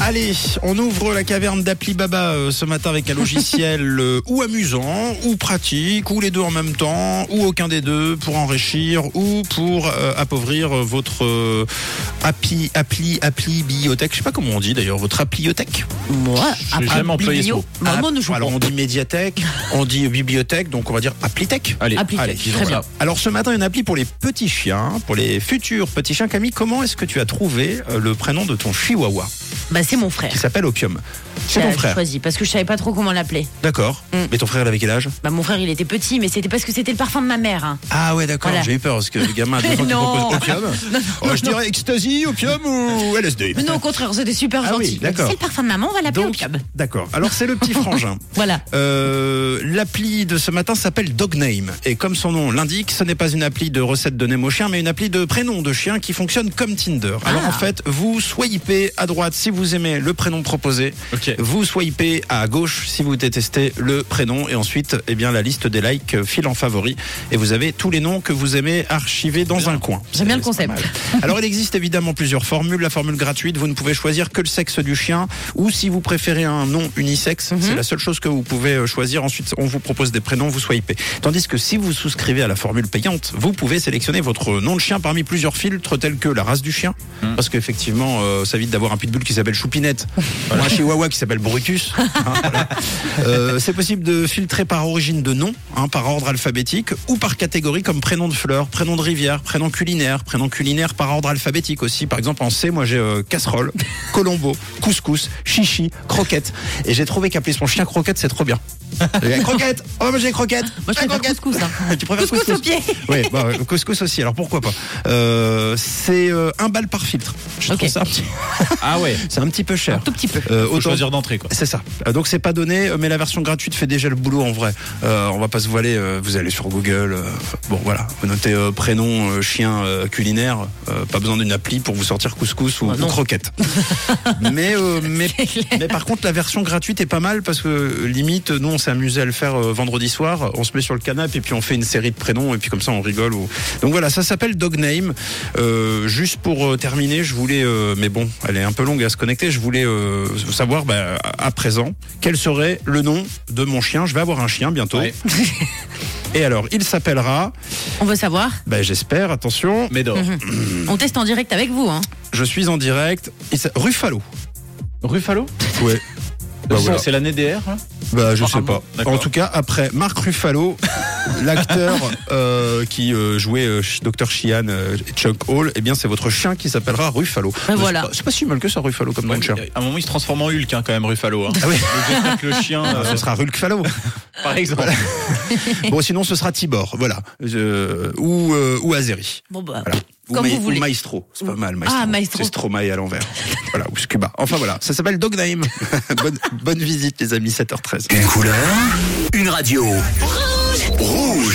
Allez, on ouvre la caverne d'appli Baba euh, ce matin avec un logiciel euh, ou amusant, ou pratique, ou les deux en même temps, ou aucun des deux pour enrichir ou pour euh, appauvrir euh, votre euh, appli, appli, appli bibliothèque. Je sais pas comment on dit d'ailleurs, votre appliothèque. Moi, J'ai jamais employé ce biblio- mot. Moi, moi, App- nous jouons Ah, Alors pas. on dit médiathèque, on dit bibliothèque, donc on va dire applithèque. Allez, Appliqué. Allez, disons Très voilà. bien. Alors ce matin, une appli pour les petits chiens, pour les futurs petits chiens. Camille, comment est-ce que tu as trouvé euh, le prénom de ton chihuahua Bah, c'est mon frère. qui s'appelle Opium C'est ton J'ai frère. choisi parce que je savais pas trop comment l'appeler. D'accord. Mm. Mais ton frère, il avait quel âge Bah, mon frère, il était petit, mais c'était parce que c'était le parfum de ma mère. hein. Ah ouais, d'accord. Voilà. J'ai eu peur parce que le gamin a deux Mais ans qui propose non. Opium. Oh, je dirais ecstasy, Opium ou LSD. Mais non, au contraire, c'était super Ah oui, gentil. d'accord. c'est le parfum de maman, on va l'appeler Donc, Opium. d'accord. Alors c'est le petit frangin. Voilà. Euh, l'appli de ce matin s'appelle Dogname. Et comme son nom l'indique, ce n'est pas une appli de recette de Nemo chien, mais une appli de prénom de chien qui fonctionne comme Tinder. Alors Ah. en fait, vous swipez à droite si vous aimez le prénom proposé. Ok. Vous swipez à gauche si vous détestez le prénom. Et ensuite, eh bien, la liste des likes euh, file en favori. Et vous avez tous les noms que vous aimez archivés dans un coin. J'aime bien le C'est- c'est concept. pas mal. Alors, il existe évidemment plusieurs formules. La formule gratuite, vous ne pouvez choisir que le sexe du chien ou si vous préférez un nom unisexe, Mhm. c'est la seule chose que vous pouvez euh, choisir. Ensuite, on vous propose des prénoms, vous swipez. Tandis que si vous souscrivez à la formule payante, vous pouvez sélectionner votre nom de chien parmi plusieurs filtres tels que la race du chien. Mhm. Parce qu'effectivement, euh, ça évite d'avoir un pitbull qui s'appelle Choupinette ou un chihuahua qui s'appelle Brutus. Hein, voilà. Euh, c'est possible de filtrer par origine de nom, hein, par ordre alphabétique, ou par catégorie comme prénom de fleur, prénom de rivière, prénom culinaire, prénom culinaire par ordre alphabétique aussi. Par exemple, en C, moi j'ai euh, casserole, colombo, couscous, chichi, croquette. Et j'ai trouvé qu'appeler son chien croquette, c'est trop bien. Et, croquette Oh, moi j'ai croquette Ah, Moi, je préfère croquette couscous. hein. tu préfères Couscous au pied. Oui, bah, ouais, couscous aussi, alors pourquoi pas. Euh, c'est euh, un bal par filtre. Je Ok. trouve ça un petit- Ah ouais, c'est un petit peu cher. Un tout petit peu. Euh, faut autant- choisir d'entrée quoi. c'est ça. Euh, Donc c'est pas donné, euh, mais la version gratuite fait déjà le boulot en vrai. Euh, on va pas se voiler. euh, vous allez sur Google. euh, bon voilà, vous notez euh, prénom euh, chien euh, culinaire. euh, pas besoin d'une appli pour vous sortir couscous ou, Ah, non. ou croquette. mais euh, mais mais par contre la version gratuite est pas mal parce que euh, limite nous on s'est amusé à le faire euh, vendredi soir. On se met sur le canapé et puis on fait une série de prénoms et puis comme ça on rigole. ou- Donc voilà, ça s'appelle Dogname. Euh, juste pour euh, terminer, je voulais, euh, mais bon, elle est un peu longue à se connecter. Je voulais euh, savoir bah, à à présent quel serait le nom de mon chien. Je vais avoir un chien bientôt. Ouais. Et alors, il s'appellera, On veut savoir. bah, j'espère, attention, Médor. Hmm. On teste en direct avec vous. Hein. je suis en direct. Il s'a- Ruffalo. Ruffalo Ouais. Bah, C'est- voilà. C'est l'année DR là Bah, je Ah, sais ah bon, pas. d'accord. en tout cas, après Marc Ruffalo, l'acteur euh, qui euh, jouait euh, Ch- Dr. Sheehan euh, et Chuck Hall, eh bien, c'est votre chien qui s'appellera Ruffalo. Mais c'est Ben voilà. pas- C'est pas, si mal que ça, Ruffalo, comme nom de chien. À un moment, il se transforme en Hulk hein, quand même, Ruffalo. Hein. Ah oui. Donc, j'espère que le chien, Ah, euh, ce sera Ruffalo. par exemple. bon, sinon, ce sera Tibor, voilà. Euh, ou, euh, ou Azeri. Bon, bah. Voilà. Ou Comme Maes- vous voulez. Ou Maestro. C'est pas mal, Maestro. Ah, Maestro. C'est Stromae à l'envers. voilà, ou Scuba. Enfin, voilà. Ça s'appelle Dogname. bonne, bonne visite, les amis, 7h13. Une couleur, une radio. Rouge.